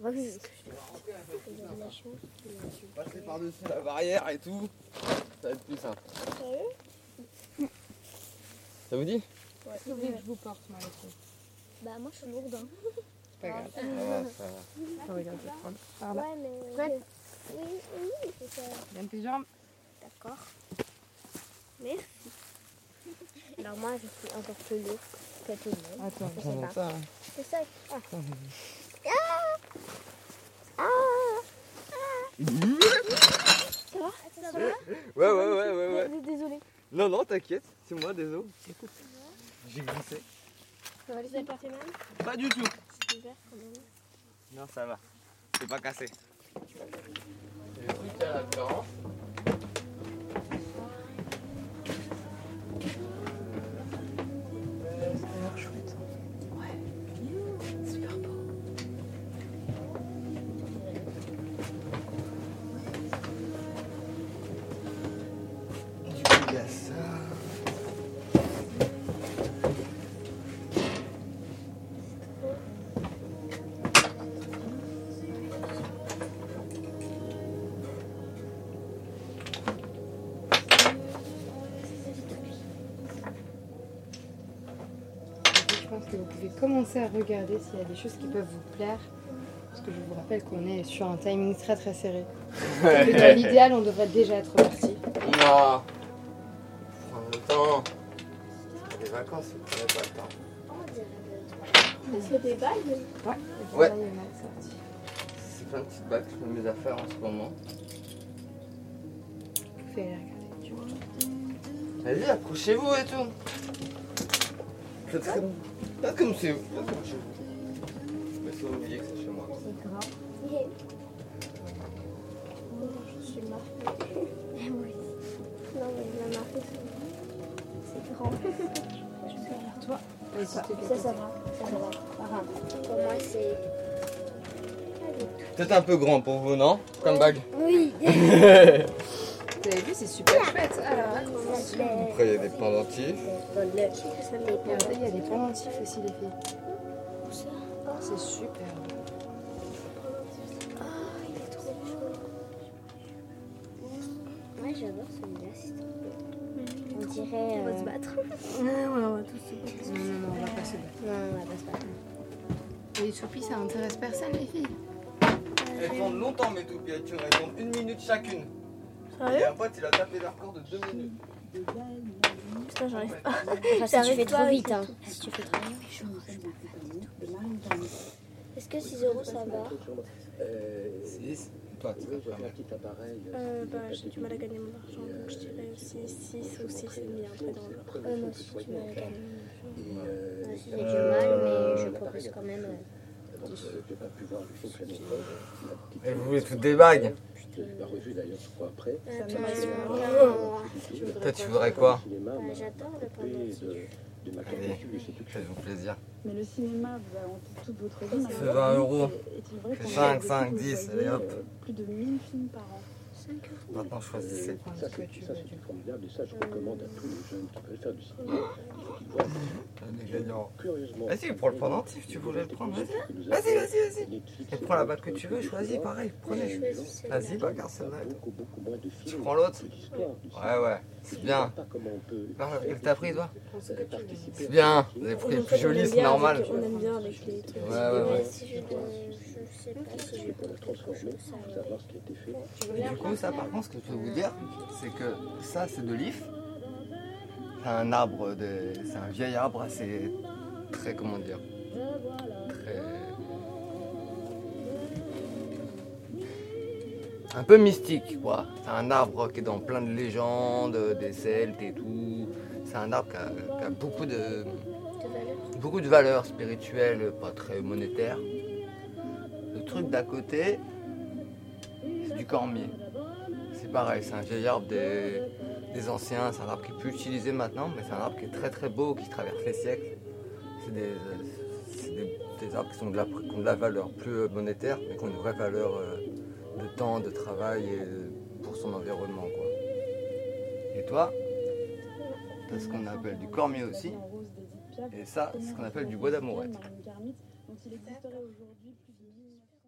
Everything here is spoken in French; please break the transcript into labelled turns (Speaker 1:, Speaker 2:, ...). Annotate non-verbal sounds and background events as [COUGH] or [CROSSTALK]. Speaker 1: Vas-y.
Speaker 2: Passer par-dessus la barrière et tout, ça va être plus simple. Ça vous dit
Speaker 3: Vous voulez que je vous porte, moi, les filles
Speaker 1: Bah moi je suis lourde. hein.
Speaker 3: Pas grave.
Speaker 2: Ça va, ça va.
Speaker 3: Regarde, je vais prendre. Par là.
Speaker 1: Ah bah. Ouais mais.
Speaker 3: Prête
Speaker 1: Oui, oui, c'est ça.
Speaker 3: Donne tes jambes.
Speaker 1: D'accord. Merci. Alors moi je suis encore plus lourde que tout le monde.
Speaker 3: Attends.
Speaker 1: Je sais pas.
Speaker 2: Ça, hein.
Speaker 1: C'est ça. Ah. Ça va Ça va
Speaker 2: Ouais, ouais, ouais, ouais, ouais.
Speaker 1: Désolée.
Speaker 2: Non, non, t'inquiète, c'est moi, désolé. J'ai glissé.
Speaker 1: Ça va les pas fait mal
Speaker 2: Pas du tout.
Speaker 1: C'est ouvert quand même.
Speaker 2: Non, ça va. C'est pas cassé. [LAUGHS] Le truc qu'il y a là-dedans. Du coup, il y a ça.
Speaker 3: Je pense que vous pouvez commencer à regarder s'il y a des choses qui peuvent vous plaire. Parce que je vous rappelle qu'on est sur un timing très très
Speaker 2: [LAUGHS]
Speaker 3: serré. Et dans l'idéal, on devrait déjà être parti.
Speaker 2: Non. En même temps, c'est des vacances, vous prenez pas le temps.
Speaker 1: On dirait de-
Speaker 3: Ouais.
Speaker 2: Ouais.
Speaker 3: Là, il y en a qui sont sortis.
Speaker 2: C'est plein de petites bagues sur mes affaires en ce moment.
Speaker 3: Vous pouvez aller regarder. Tu vois.
Speaker 2: Vas-y, approchez-vous et tout. Faites comme, faites comme c'est faites comme chez vous. Mais si vous oubliez que c'est chez moi.
Speaker 3: C'est grave.
Speaker 1: Moi, je suis marquée. [LAUGHS] Moi aussi. Non, mais je l'ai marqué, c'est- c'est grand.
Speaker 3: Vers toi. Vas-y,
Speaker 1: Ça,
Speaker 3: te fais
Speaker 1: ça, ça va. Ça, ça va. Pour moi, c'est. Allez.
Speaker 2: Peut-être un peu grand pour vous, non Comme bague.
Speaker 1: Oui,
Speaker 3: Vous avez vu, c'est super chouette. Alors,
Speaker 1: ça plaît.
Speaker 2: Après, il y a des pendentifs.
Speaker 1: Ça me plaît.
Speaker 3: regardez, il y a des pendentifs aussi, les filles.
Speaker 1: Ça.
Speaker 3: C'est super.
Speaker 1: Ah, il est trop chaud. Ouais, j'adore celui-là, c'est trop beau. On dirait. On va se battre.
Speaker 3: Non, non, non, on va pas se battre.
Speaker 1: Non, on va pas se battre.
Speaker 3: Les toupies, ça intéresse personne, les filles.
Speaker 2: Elles tournent longtemps, mes toupiatures. Elles tournent une minute chacune. Il y a un pote, il a tapé leur corps de deux minutes.
Speaker 4: Putain, j'arrive.
Speaker 1: Enfin, si tu fais
Speaker 4: T'arrives
Speaker 1: trop
Speaker 4: pas
Speaker 1: vite, hein.
Speaker 4: Si tu fais trop bien, je suis
Speaker 1: Est-ce que 6 euros ça va
Speaker 5: Euh,
Speaker 2: 6. Toi, tu vas faire mieux.
Speaker 4: Euh, bah, j'ai du mal à gagner mon argent, donc je dirais
Speaker 1: Euh,
Speaker 4: aussi 6 ou 6 et
Speaker 5: euh,
Speaker 4: demi, après dans le genre.
Speaker 1: Ouais, Moi aussi, tu m'as gagné. Moi aussi, euh, j'ai du mal,
Speaker 2: Euh,
Speaker 1: mais je propose quand même. euh,
Speaker 2: Et vous voulez toutes des bagues
Speaker 1: Attends,
Speaker 4: marche.
Speaker 1: euh,
Speaker 2: Toi, tu voudrais quoi
Speaker 1: euh, J'adore le pendentif.
Speaker 2: Allez, faites-vous plaisir.
Speaker 6: Mais le cinéma va remplir toute votre vie.
Speaker 2: C'est 20 euros.
Speaker 6: Est une vraie
Speaker 2: Fait
Speaker 6: tendance
Speaker 2: 5,
Speaker 6: de
Speaker 2: 5,
Speaker 6: vous
Speaker 2: 10,
Speaker 6: voyez,
Speaker 2: allez hop.
Speaker 6: euh, Plus de 1000 films par an.
Speaker 2: Maintenant, choisissez.
Speaker 3: Prends ce que tu veux. tu vois.
Speaker 5: formidable et ça
Speaker 1: Euh,
Speaker 5: je recommande à tous les jeunes qui veulent faire du cinéma.
Speaker 2: Les gagnants.
Speaker 5: Curieusement,
Speaker 2: Vas-y, prends le pendentif, tu voulais le prendre. Vas-y,
Speaker 5: que nous
Speaker 2: vas-y, vas-y. vas-y.
Speaker 5: avons Netflix
Speaker 2: Et prends la bague que tu veux, choisis, pareil, prenez. Vas-y, bah, garde celle-là.
Speaker 5: beaucoup beaucoup moins de
Speaker 2: Tu
Speaker 5: films
Speaker 2: prends l'autre
Speaker 5: que d'histoires du cinéma.
Speaker 2: Ouais, ouais, c'est bien.
Speaker 5: Pas comment on peut
Speaker 2: Ah, elle t'a pris, toi
Speaker 3: Prends ce que tu veux.
Speaker 2: C'est bien. Les
Speaker 4: Donc,
Speaker 2: prix les
Speaker 4: en fait,
Speaker 2: plus
Speaker 4: on
Speaker 2: jolis,
Speaker 4: aime
Speaker 2: c'est
Speaker 4: bien
Speaker 2: normal.
Speaker 4: avec- On aime bien avec les trucs.
Speaker 2: Ouais, ah ouais, ouais.
Speaker 1: Si je ne je sais pas si je peux transformer, ça va.
Speaker 5: savoir ce qui a été fait.
Speaker 2: Et du coup, ça, par contre, ce que je peux vous dire, c'est que ça, c'est de l'if. C'est un arbre, de... c'est un vieil arbre assez. très, comment dire Très. Un peu mystique, quoi. C'est un arbre qui est dans plein de légendes, des Celtes et tout. C'est un arbre qui a- qui a beaucoup de.
Speaker 1: De valeur.
Speaker 2: beaucoup de valeurs spirituelles, pas très monétaires. Le truc d'à côté, c'est du cormier. C'est pareil, c'est un vieil arbre des, des anciens, c'est un arbre qui est plus utilisé maintenant, mais c'est un arbre qui est très très beau, qui traverse les siècles. C'est des, euh, c'est des- des des arbres qui, sont de la, qui ont de la valeur, plus euh, monétaire, mais qui ont une vraie valeur euh, de temps, de travail et euh, pour son environnement. Quoi. Et toi, t'as
Speaker 6: Euh,
Speaker 2: ce qu'on appelle du cormier aussi, et ça, c'est ce qu'on appelle du bois d'amourette.
Speaker 6: Marine Garmit, dont il existerait aujourd'hui plus de 1900.